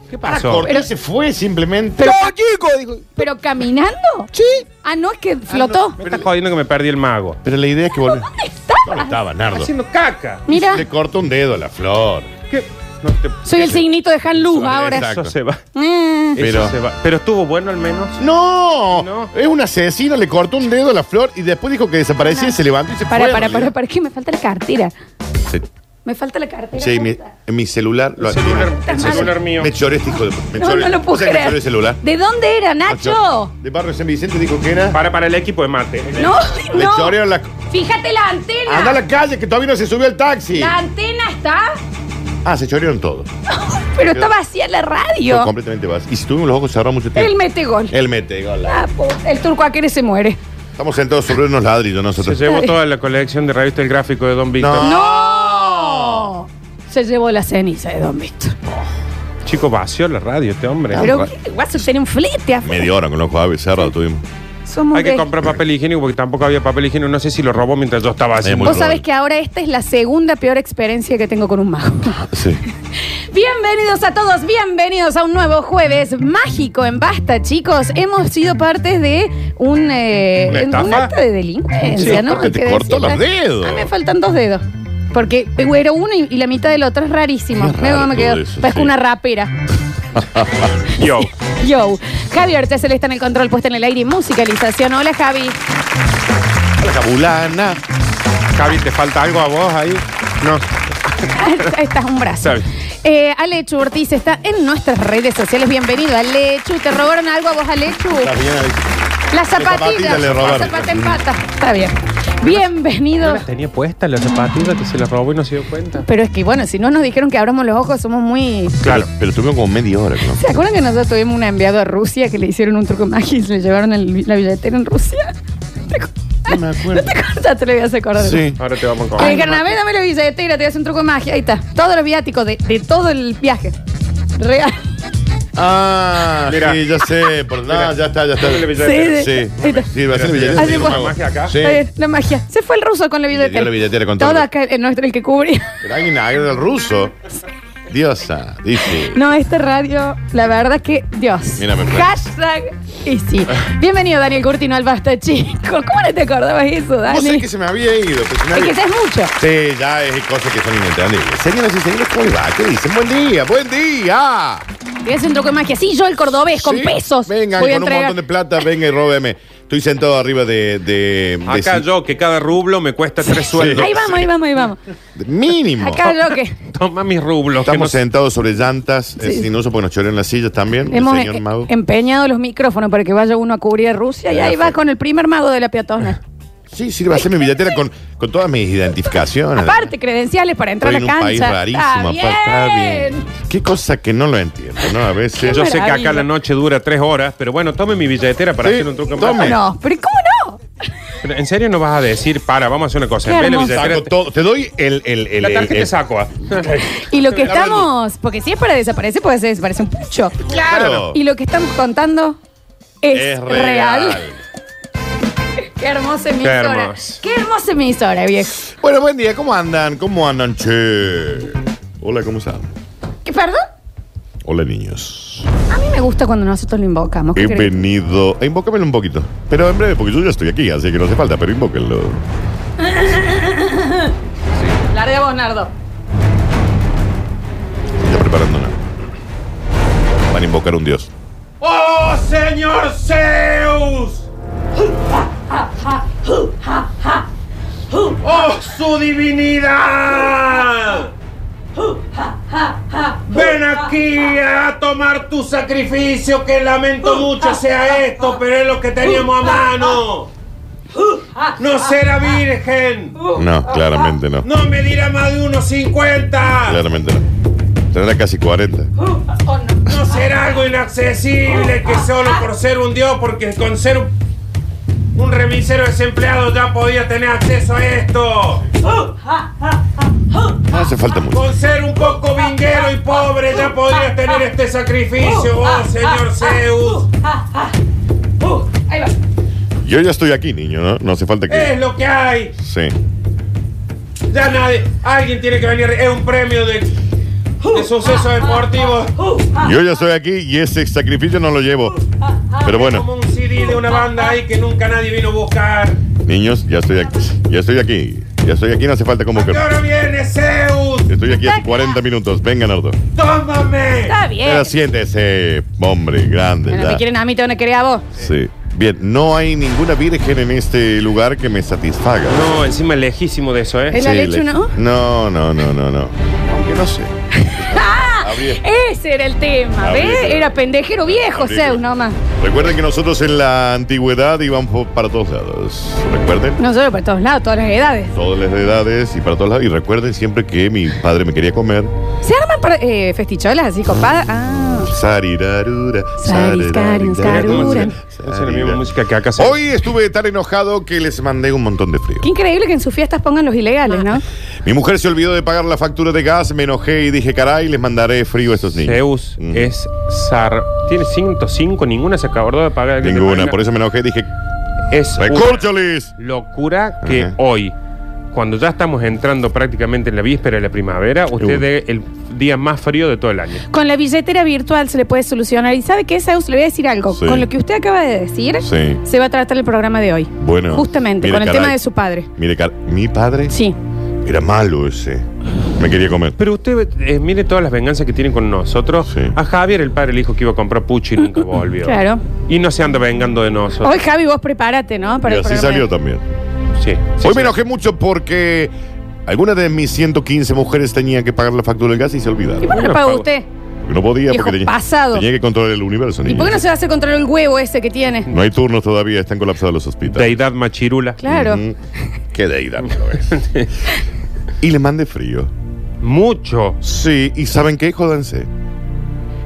Speaker 4: ¿Qué
Speaker 3: Ah,
Speaker 4: pasó?
Speaker 3: cortó y se fue simplemente.
Speaker 6: ¡No, chico! Dijo,
Speaker 2: ¿Pero caminando?
Speaker 6: sí.
Speaker 2: Ah, no, es que flotó.
Speaker 4: Me estás jodiendo que me perdí el mago.
Speaker 3: Pero la idea es que volvió.
Speaker 2: ¿Dónde estaba?
Speaker 3: No estaba, Nardo.
Speaker 4: Haciendo caca.
Speaker 2: Mira,
Speaker 3: Le cortó un dedo a la flor.
Speaker 4: ¿Qué? No te-
Speaker 2: Soy el signito de Han Luz ahora.
Speaker 3: Exacto.
Speaker 4: Eso se va.
Speaker 2: Mm.
Speaker 3: Pero-
Speaker 4: Pero, se va. Pero estuvo bueno al menos.
Speaker 3: No,
Speaker 4: No.
Speaker 3: es un asesino, le cortó un dedo a la flor y después dijo que desaparecía y se levantó y se
Speaker 2: Para,
Speaker 3: fue.
Speaker 2: para, para,
Speaker 3: en
Speaker 2: para, que me falta la cartera.
Speaker 3: realidad.
Speaker 2: Me falta la cartera.
Speaker 3: Sí, mi, en mi celular. Lo,
Speaker 4: El celular, el
Speaker 2: mal.
Speaker 4: celular mío.
Speaker 3: Me choré, este hijo de. Me
Speaker 2: No,
Speaker 3: choré.
Speaker 2: no lo
Speaker 3: ¿Vos
Speaker 2: puedo
Speaker 3: sabés que me
Speaker 2: creer.
Speaker 3: choré el celular. Ah,
Speaker 2: ¿De dónde era,
Speaker 3: Lo
Speaker 2: Nacho?
Speaker 3: choré. De Barrio San Vicente dijo que era.
Speaker 4: Para, para el equipo de mate.
Speaker 2: No,
Speaker 3: Le
Speaker 2: no.
Speaker 3: chorearon la.
Speaker 2: Fíjate la antena.
Speaker 3: Anda a la calle que todavía no se subió al taxi.
Speaker 2: La antena está,
Speaker 3: Ah, se chorearon todo.
Speaker 2: pero está vacía la
Speaker 3: Fue Eh.
Speaker 2: radio.
Speaker 3: completamente vas. Y si tuvimos los ojos cerrados mucho tiempo.
Speaker 2: Él mete gol.
Speaker 3: Él mete, gol.
Speaker 2: Ah, puta, el turco aquere se muere.
Speaker 3: Estamos sentados sobre unos ladrillos
Speaker 4: Se
Speaker 3: nosotros.
Speaker 4: llevó toda la colección de revista El Gráfico de Don
Speaker 3: No.
Speaker 4: Víctor.
Speaker 3: Ah.
Speaker 2: ¡No! Se llevó la ceniza de Don Víctor.
Speaker 4: Chico, vació la radio este hombre.
Speaker 2: Pero ¿qué? Guaso tiene un flete afuera.
Speaker 3: Media hora con los ojos cerrados tuvimos.
Speaker 2: Somos
Speaker 4: Hay que
Speaker 2: de-
Speaker 4: comprar papel higiénico porque tampoco había papel higiénico. No sé si lo robó mientras yo estaba así.
Speaker 3: Es muy
Speaker 2: Vos
Speaker 3: probable.
Speaker 2: sabés que ahora esta es la segunda peor experiencia que tengo con un mago.
Speaker 3: Ah, Sí.
Speaker 2: Bienvenidos a todos, bienvenidos a un nuevo jueves mágico en Basta, chicos. Hemos sido parte de un, eh,
Speaker 4: ¿Una
Speaker 2: un
Speaker 4: estafa?
Speaker 2: acto de delincuencia,
Speaker 3: Sí,
Speaker 2: ¿no?
Speaker 3: aparte
Speaker 2: Hay
Speaker 3: te
Speaker 2: que
Speaker 3: cortó
Speaker 2: decirlo.
Speaker 3: los dedos.
Speaker 2: Ah, me faltan dos dedos. Porque era uno y, y la mitad del otro es rarísimo.
Speaker 3: Qué
Speaker 2: Mira cómo me
Speaker 3: raro
Speaker 2: quedo.
Speaker 3: todo eso,
Speaker 2: Parezco
Speaker 3: sí.
Speaker 2: una rapera.
Speaker 4: Yo.
Speaker 2: Yo. Javi Artesel está en el control puesto en el aire y musicalización. Hola, Javi.
Speaker 3: La cabulana.
Speaker 4: Javi, ¿te falta algo a vos ahí? No.
Speaker 2: Ahí está un brazo.
Speaker 4: Está bien.
Speaker 2: Eh, Alechu Ortiz está en nuestras redes sociales. Bienvenido, Alechu. ¿Te robaron algo a vos, Alechu?
Speaker 3: Está bien, Alex.
Speaker 2: Las
Speaker 3: zapatilla
Speaker 2: zapatillas.
Speaker 3: le
Speaker 2: La
Speaker 3: robaron.
Speaker 2: zapata en pata. Está bien. Bienvenido.
Speaker 4: tenía puesta la zapatilla que se la robó y no se dio cuenta.
Speaker 2: Pero es que, bueno, si no nos dijeron que abramos los ojos, somos muy...
Speaker 4: Claro.
Speaker 3: Pero, pero tuvimos como media hora. ¿no?
Speaker 2: ¿Se acuerdan que nosotros tuvimos un enviado a Rusia que le hicieron un truco mágico y se le llevaron el- la billetera en Rusia? ¿Te acu-
Speaker 3: No me acuerdo.
Speaker 2: ¿Te acordás? Te lo ibas a acordar.
Speaker 3: Sí.
Speaker 4: Ahora te vamos a
Speaker 2: Que
Speaker 4: cobrar.
Speaker 2: me dijeron, a ver, dame la billetera, te hace un truco de magia. Ahí está. Todos los viáticos de, de todo el viaje. Real.
Speaker 3: Ah,
Speaker 4: Mira.
Speaker 3: sí, ya sé. Por, no, ya está, ya está.
Speaker 4: Dale,
Speaker 2: Sí, de-
Speaker 3: Sí,
Speaker 2: ahí está.
Speaker 3: sí, va a ser billetera.
Speaker 2: Así
Speaker 3: sí,
Speaker 2: fue.
Speaker 3: mago.
Speaker 4: Magia acá.
Speaker 3: Sí.
Speaker 2: Está bien, La magia. Se fue el ruso con la
Speaker 3: dio la
Speaker 2: billetera.
Speaker 3: billetera con
Speaker 2: todo.
Speaker 3: todo.
Speaker 2: acá, el nuestro, el que cubría.
Speaker 3: Pero alguien alguien del ruso. Diosa, dice.
Speaker 2: No, esta radio, la verdad que, Dios.
Speaker 3: Mira, me acuerdo.
Speaker 2: Hashtag y sí. Bienvenido, Daniel Curtino, al Basta, chico. ¿Cómo no te acordabas eso,
Speaker 3: No sé
Speaker 2: Dani?
Speaker 3: que se me había ido. pero se me
Speaker 2: Es
Speaker 3: había-
Speaker 2: que ya es mucho.
Speaker 3: Sí, ya es cosas que son inentendibles. Señoras y señores, ¿cómo les va? ¿Qué dicen? Buen día, buen día.
Speaker 2: Voy a hacer un truco de magia. Sí, yo el cordobés, con
Speaker 3: Sí,
Speaker 2: pesos.
Speaker 3: Vengan
Speaker 2: Voy a
Speaker 3: con un
Speaker 2: entregar.
Speaker 3: montón de plata, venga y róbeme. Estoy sentado arriba de. de, de
Speaker 4: Acá
Speaker 3: si-
Speaker 4: yo, que cada rublo me cuesta tres sueldos.
Speaker 2: Ahí vamos, ahí vamos, ahí vamos.
Speaker 3: de- Mínimo.
Speaker 2: Acá lo que.
Speaker 4: Toma mis rublos. que
Speaker 3: Estamos
Speaker 4: no-
Speaker 3: sentados sobre llantas, eh,
Speaker 2: Sí.
Speaker 3: sin uso porque nos chorean las sillas también.
Speaker 2: Hemos
Speaker 3: el señor
Speaker 2: eh,
Speaker 3: Mago.
Speaker 2: empeñado los micrófonos para que vaya uno a cubrir a Rusia y ahí va con el primer mago de la peatona.
Speaker 3: Sí, sí, va a ser mi billetera con, con todas mis identificaciones.
Speaker 2: Aparte, credenciales para entrar a
Speaker 3: Estoy en
Speaker 2: la
Speaker 3: un
Speaker 2: cancha.
Speaker 3: país rarísimo,
Speaker 2: Está
Speaker 3: aparte. Está
Speaker 2: bien.
Speaker 3: bien. Qué cosa que no lo entiendo, ¿no? A veces.
Speaker 4: Yo sé que
Speaker 2: maravilla.
Speaker 4: acá la noche dura tres horas, pero bueno, tome mi billetera para
Speaker 3: Sí,
Speaker 4: hacer un truco
Speaker 3: tome.
Speaker 4: más.
Speaker 2: No, pero ¿cómo no?
Speaker 4: Pero, ¿En serio no vas a decir, para, vamos a hacer una cosa?
Speaker 2: Qué
Speaker 4: en vez de la
Speaker 2: hermoso.
Speaker 4: billetera,
Speaker 3: Saco todo- te doy el. el, el
Speaker 4: la
Speaker 3: el-
Speaker 4: tarjeta
Speaker 3: el-
Speaker 4: saco. ah.
Speaker 2: Y lo que
Speaker 3: La verdad,
Speaker 2: estamos, porque si es para desaparecer, puede ser desaparece un pucho.
Speaker 3: Claro.
Speaker 2: Y lo que estamos contando es,
Speaker 3: Es
Speaker 2: real.
Speaker 3: real.
Speaker 2: Qué hermosa emisora. Qué,
Speaker 4: hermoso.
Speaker 2: hermosa emisora, viejo.
Speaker 3: Bueno, buen día, ¿cómo andan? ¿Cómo andan, che? Hola, ¿cómo están?
Speaker 2: ¿Qué, perdón?
Speaker 3: Hola, niños.
Speaker 2: A mí me gusta cuando nosotros lo invocamos. ¿qué
Speaker 3: He
Speaker 2: crees?
Speaker 3: venido. Eh, invócamelo un poquito. Pero en breve, porque yo ya estoy aquí, así que no hace falta, pero invóquenlo.
Speaker 2: Larga vos, Nardo.
Speaker 3: Ya preparando nada. Van a invocar un dios.
Speaker 4: ¡Oh, señor Zeus! ¡Oh, su divinidad! Ven aquí a tomar tu sacrificio, que lamento mucho sea esto, pero es lo que teníamos a mano. No será virgen.
Speaker 3: No, claramente no.
Speaker 4: No me dirá más de unos 50.
Speaker 3: Claramente no. Tendrá casi 40.
Speaker 2: Oh,
Speaker 4: No será algo inaccesible que solo por ser un dios, porque con ser un, un remisero desempleado ya podía tener acceso a esto.
Speaker 3: No hace falta mucho.
Speaker 4: Con ser un poco vinguero y pobre ya podrías tener este sacrificio, oh señor Zeus.
Speaker 3: Yo ya estoy aquí, niño, ¿no? No hace falta
Speaker 4: Es
Speaker 3: que.
Speaker 4: lo que hay.
Speaker 3: Sí.
Speaker 4: Ya nadie, alguien tiene que venir. Es un premio de, de suceso deportivo.
Speaker 3: Yo ya estoy aquí y ese sacrificio no lo llevo. Pero
Speaker 4: Como
Speaker 3: bueno,
Speaker 4: un CD de una banda ahí que nunca nadie vino a buscar.
Speaker 3: niños, ya estoy aquí. Ya estoy aquí. Ya estoy aquí, no hace falta
Speaker 4: ¿A qué
Speaker 3: convocar.
Speaker 4: hora viene Zeus?
Speaker 3: Estoy aquí hace 40 minutos. Venga, Nardo.
Speaker 4: ¡Tómame!
Speaker 2: Está bien.
Speaker 3: Pero siéntese, hombre, grande.
Speaker 2: Bueno,
Speaker 3: ya.
Speaker 2: te quieren a mí, te van a querer a vos.
Speaker 3: Sí. Bien, no hay ninguna virgen en este lugar que me satisfaga.
Speaker 4: No, encima lejísimo de eso, ¿eh?
Speaker 2: ¿Es la leche
Speaker 3: le-
Speaker 2: no?
Speaker 3: No, no, no, no, no. Aunque no sé. Habría-
Speaker 2: Ese era el tema,
Speaker 3: Habría
Speaker 2: ¿ves?
Speaker 3: que-
Speaker 2: Era pendejero viejo,
Speaker 3: habría que-
Speaker 2: Zeus, nomás.
Speaker 3: Recuerden que nosotros en la antigüedad íbamos por- para todos lados. Recuerden.
Speaker 2: No solo por todos lados, todas las edades.
Speaker 3: Todas las edades y para todos lados. Y recuerden siempre que mi padre me quería comer.
Speaker 2: ¿Se arman para, eh, festicholas así, copada? Ah.
Speaker 3: Sarirarura.
Speaker 2: Saris, carin,
Speaker 4: Mira cómo
Speaker 2: Carura.
Speaker 4: Es
Speaker 3: sarirarura,
Speaker 4: es la misma música que acá se.
Speaker 3: Hoy estuve tan enojado que les mandé un montón de frío.
Speaker 2: Qué increíble que en sus fiestas pongan los ilegales, ¿no?
Speaker 3: Mi mujer se olvidó de pagar la factura de gas, me enojé y dije, caray, les mandaré frío a estos niños.
Speaker 4: Zeus
Speaker 3: Mm.
Speaker 4: es zar. Tiene 105, ninguna se acabó de pagar.
Speaker 3: Ninguna, por eso me enojé y dije,
Speaker 4: Es una
Speaker 3: ¡recórcholes!
Speaker 4: locura que
Speaker 3: Ajá.
Speaker 4: hoy, cuando ya estamos entrando prácticamente en la víspera de la primavera, usted dé el día más frío de todo el año.
Speaker 2: Con la billetera virtual se le puede solucionar. ¿Y sabe qué, Zeus? Le voy a decir algo.
Speaker 3: Sí.
Speaker 2: Con lo que usted acaba de decir,
Speaker 3: Sí.
Speaker 2: se va a tratar el programa de hoy.
Speaker 3: Bueno.
Speaker 2: Justamente,
Speaker 3: mire,
Speaker 2: con el
Speaker 3: caray.
Speaker 2: tema de su padre.
Speaker 3: Mire, car- mi padre
Speaker 2: Sí.
Speaker 3: era malo ese. Me quería comer.
Speaker 4: Pero usted eh, mire todas las venganzas que tienen con nosotros.
Speaker 3: Sí.
Speaker 4: A Javier, el padre, le dijo que iba a comprar pucho y nunca volvió.
Speaker 2: Claro.
Speaker 4: Y no se anda vengando de nosotros.
Speaker 2: Hoy, Javi, vos prepárate, ¿no?
Speaker 3: Y
Speaker 2: el
Speaker 3: así
Speaker 2: programa.
Speaker 3: salió también.
Speaker 4: Sí. sí,
Speaker 3: Hoy
Speaker 4: sí.
Speaker 3: me enojé mucho porque algunas de mis 115 mujeres tenían que pagar la factura del gas y se
Speaker 2: ¿Y
Speaker 3: olvidaron.
Speaker 2: por qué
Speaker 4: Bueno,
Speaker 2: no paga
Speaker 4: pago.
Speaker 2: usted?
Speaker 3: No podía
Speaker 2: Viejo
Speaker 3: porque tenía,
Speaker 2: pasado.
Speaker 3: tenía que controlar el universo.
Speaker 2: ¿Y
Speaker 3: niña.
Speaker 2: por qué no se va a hacer controlar el huevo ese que tiene?
Speaker 3: No hay turnos todavía, están colapsados los hospitales.
Speaker 4: Deidad machirula.
Speaker 2: Claro.
Speaker 3: Ujú. Qué deidad, pero es. Y le mandé frío.
Speaker 4: Mucho.
Speaker 3: Sí, y ¿saben qué? Jódanse.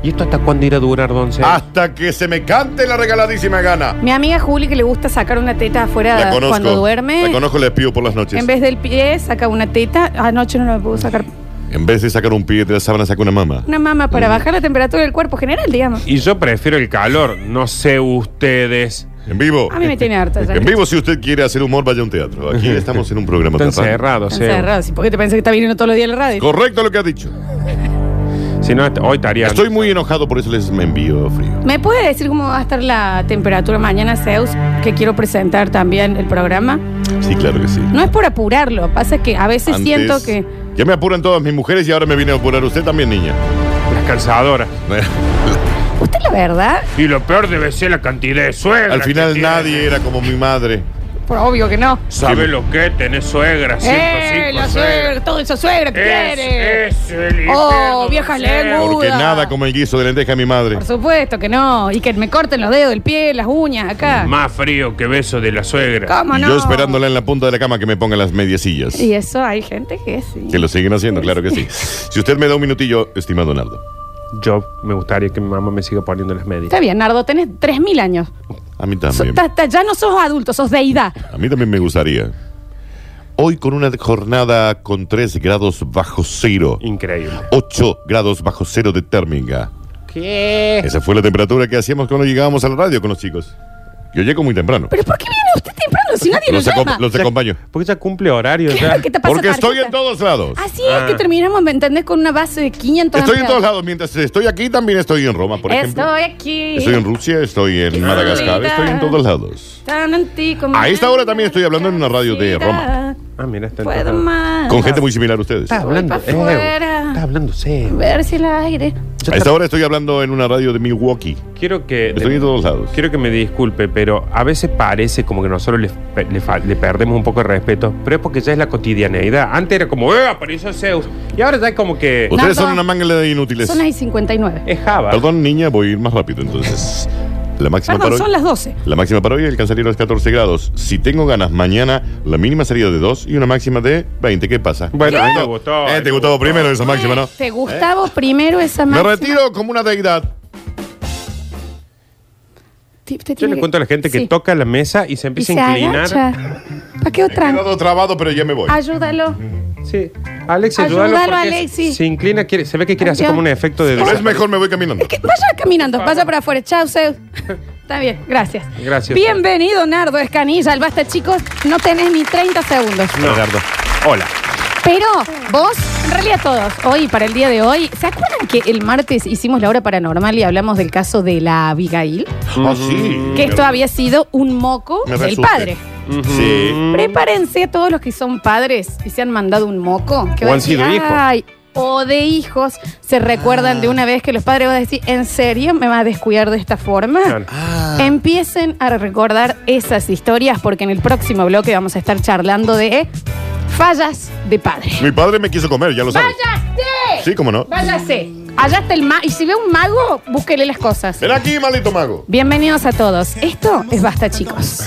Speaker 4: ¿Y esto hasta cuándo irá a durar, don Zeus?
Speaker 3: Hasta que se me cante la regaladísima gana.
Speaker 2: Mi amiga Juli, que le gusta sacar una teta
Speaker 3: La
Speaker 2: afuera
Speaker 3: conozco.
Speaker 2: cuando
Speaker 3: La
Speaker 2: duerme,
Speaker 3: conozco, les pido por las noches.
Speaker 2: en vez del pie saca una teta. Anoche no la pudo sacar.
Speaker 3: En vez de sacar un pie de la sábana, saca una mama.
Speaker 2: Una mama para bajar la temperatura del cuerpo general, digamos.
Speaker 4: Y yo prefiero el calor, no sé ustedes.
Speaker 3: En vivo.
Speaker 2: A mí me tiene harta. ya.
Speaker 3: En vivo, si usted quiere hacer humor, vaya a un teatro. Aquí estamos en un programa
Speaker 4: Están
Speaker 3: de radio.
Speaker 4: cerrados, eh.
Speaker 2: Están
Speaker 4: Zeus.
Speaker 2: cerrados. ¿Y por qué te pensás que está viniendo todos los días el radio?
Speaker 3: Correcto lo que ha dicho.
Speaker 4: Si no, hasta- hoy estaría.
Speaker 3: Estoy muy enojado, por eso les me envío frío.
Speaker 2: ¿Me puede decir cómo va a estar la temperatura mañana, Zeus? Que quiero presentar también el programa.
Speaker 3: Sí, claro que sí.
Speaker 2: No es por apurarlo, pasa que a veces
Speaker 3: Antes-
Speaker 2: siento que.
Speaker 3: Ya me apuran todas mis mujeres y ahora me viene a apurar usted también, niña.
Speaker 4: Las cansadoras.
Speaker 2: Usted, la verdad,
Speaker 4: Y lo peor debe ser la cantidad de suegras.
Speaker 3: Al final
Speaker 4: que
Speaker 3: nadie era como mi madre.
Speaker 2: por obvio que no.
Speaker 4: tiene. ¿Sabe lo que es tener suegra?
Speaker 3: pues
Speaker 4: 105
Speaker 2: ¡Eh! La
Speaker 4: suegras.
Speaker 2: suegra, todo eso suegra que quiere.
Speaker 4: Es, es el
Speaker 2: Oh,
Speaker 4: infierno,
Speaker 2: vieja
Speaker 4: don
Speaker 2: lengua.
Speaker 4: Zeus.
Speaker 3: Porque
Speaker 2: Duda.
Speaker 3: nada como el guiso de lenteja de mi madre.
Speaker 2: Por supuesto que no. Y que me corten los dedos del pie, las uñas acá.
Speaker 4: Más frío que beso de la suegra.
Speaker 2: ¿Cómo
Speaker 3: Y
Speaker 2: no?
Speaker 3: yo esperándola en la punta de la cama que me ponga las mediasillas.
Speaker 2: Y eso hay gente que sí.
Speaker 3: Que lo siguen haciendo, claro que sí. Si usted me da un minutillo, estimado Nardo.
Speaker 4: Yo me gustaría que mi mamá me siga poniendo las medias.
Speaker 2: Está bien, Nardo, tenés 3.000 años.
Speaker 3: A mí
Speaker 2: So-
Speaker 3: también.
Speaker 2: ta- ta- ya no sos adulto, sos deidad.
Speaker 3: A mí también me gustaría. Hoy con una jornada con 3 grados bajo cero.
Speaker 4: Increíble.
Speaker 3: 8 grados bajo cero de térmica. ¿Qué? Esa fue la temperatura que hacíamos cuando llegábamos a la radio con los chicos. Yo llego muy temprano.
Speaker 2: ¿Pero por qué viene usted temprano si nadie lo
Speaker 3: Los, aco-
Speaker 2: llama?
Speaker 3: los acompaño.
Speaker 4: Porque ya cumple horario.
Speaker 2: ¿Qué es
Speaker 4: ya.
Speaker 2: lo que te pasa
Speaker 3: Porque estoy
Speaker 2: tarjeta? Ah,
Speaker 3: en todos lados.
Speaker 2: Así es que terminamos, ¿me entendés? Con una base de 500
Speaker 3: Ah. Estoy en
Speaker 2: empleados.
Speaker 3: todos lados. Mientras estoy aquí, también estoy en Roma, por ejemplo.
Speaker 2: Estoy aquí.
Speaker 3: Estoy en Rusia, estoy en Madagascar, estoy en todos lados.
Speaker 2: Tan antico, como
Speaker 3: A esta hora
Speaker 2: una
Speaker 3: también estoy hablando en una radio de
Speaker 2: casita.
Speaker 4: Ah, mira, está en
Speaker 2: Puedo
Speaker 4: todo.
Speaker 2: más.
Speaker 3: Con gente muy similar a ustedes.
Speaker 4: Está
Speaker 3: A
Speaker 4: hablando,
Speaker 2: pa'
Speaker 4: Zeus.
Speaker 2: afuera.
Speaker 4: Está hablando, Zeus.
Speaker 2: Ver si el aire.
Speaker 4: Yo
Speaker 3: esta hora estoy hablando en una radio de Milwaukee.
Speaker 4: Quiero que.
Speaker 3: Estoy en todos lados.
Speaker 4: Quiero que me disculpe, pero a veces parece como que nosotros le, le fa- le perdemos un poco de respeto, pero es porque ya es la cotidianeidad. Antes era como, ¡eh, apareció Zeus! Y ahora ya es como que.
Speaker 2: No.
Speaker 3: Ustedes son
Speaker 2: Nardo.
Speaker 3: una manga de inútiles.
Speaker 2: Son las y
Speaker 3: Eh,
Speaker 2: 59.
Speaker 4: Es Java.
Speaker 3: Perdón, niña, voy a ir más rápido entonces. La máxima
Speaker 2: Perdón,
Speaker 3: para
Speaker 2: son
Speaker 3: hoy.
Speaker 2: las 12.
Speaker 3: La máxima para hoy alcanzaría los 14 grados. Si tengo ganas, mañana la mínima sería de 2 y una máxima de 20. ¿Qué pasa?
Speaker 4: Bueno, ahí
Speaker 3: ahí
Speaker 4: te gustó,
Speaker 3: Eh,
Speaker 4: ahí
Speaker 3: te
Speaker 4: te
Speaker 3: gustó
Speaker 4: gustó.
Speaker 3: primero esa máxima, ¿no?
Speaker 2: Te Gustavo primero esa
Speaker 3: Me
Speaker 2: Este, máxima.
Speaker 3: retiro como una deidad.
Speaker 2: Ti- te
Speaker 4: Yo
Speaker 2: tiene
Speaker 4: le
Speaker 2: que-
Speaker 4: cuento a la gente que
Speaker 2: Sí.
Speaker 4: toca la mesa y
Speaker 2: y
Speaker 4: se empieza
Speaker 2: se
Speaker 4: a inclinar.
Speaker 2: agacha. ¿Para qué
Speaker 3: He
Speaker 2: otra?
Speaker 3: quedado trabado, pero ya me voy.
Speaker 2: Ayúdalo.
Speaker 4: Sí. Alex, ayúdalo.
Speaker 2: Ayúdalo,
Speaker 4: porque
Speaker 2: Alexi.
Speaker 4: Se inclina, quiere- se ve que quiere hacer
Speaker 2: Ya.
Speaker 4: como un efecto de.
Speaker 3: Por eso
Speaker 4: desaparición.
Speaker 3: mejor me voy caminando.
Speaker 2: Que vaya caminando, vaya para afuera. Chao, Zeus. Está bien, gracias.
Speaker 4: Gracias.
Speaker 2: Bienvenido, Nardo Escanilla. Al basta, chicos. No tenés ni 30 segundos.
Speaker 3: Gerardo.
Speaker 4: Hola.
Speaker 2: Pero vos, en realidad todos, hoy, para el día de hoy, ¿se acuerdan que el martes hicimos la hora paranormal y hablamos del caso de la Abigail?
Speaker 3: Ah, sí.
Speaker 2: Que esto había sido un moco
Speaker 3: Me
Speaker 2: del
Speaker 3: resusté.
Speaker 2: padre.
Speaker 3: Sí.
Speaker 2: Prepárense todos los que son padres y se han mandado un moco. Que
Speaker 4: O
Speaker 2: van a
Speaker 4: han sido hijos. Ah.
Speaker 2: "Ay", O de hijos se recuerdan de una vez que los padres van a decir, ¿en serio me va a descuidar de esta forma?
Speaker 4: Claro.
Speaker 2: Empiecen a recordar esas historias porque en el próximo bloque vamos a estar charlando de fallas de padre.
Speaker 3: Mi padre me quiso comer, ya lo sabes.
Speaker 2: ¡Váyase!
Speaker 3: Sí, cómo no.
Speaker 2: ¡Váyase! Allá está el mago. Y si ve un mago, búsquele las cosas.
Speaker 3: Ven aquí, maldito mago.
Speaker 2: Bienvenidos a todos. Esto es Basta, chicos.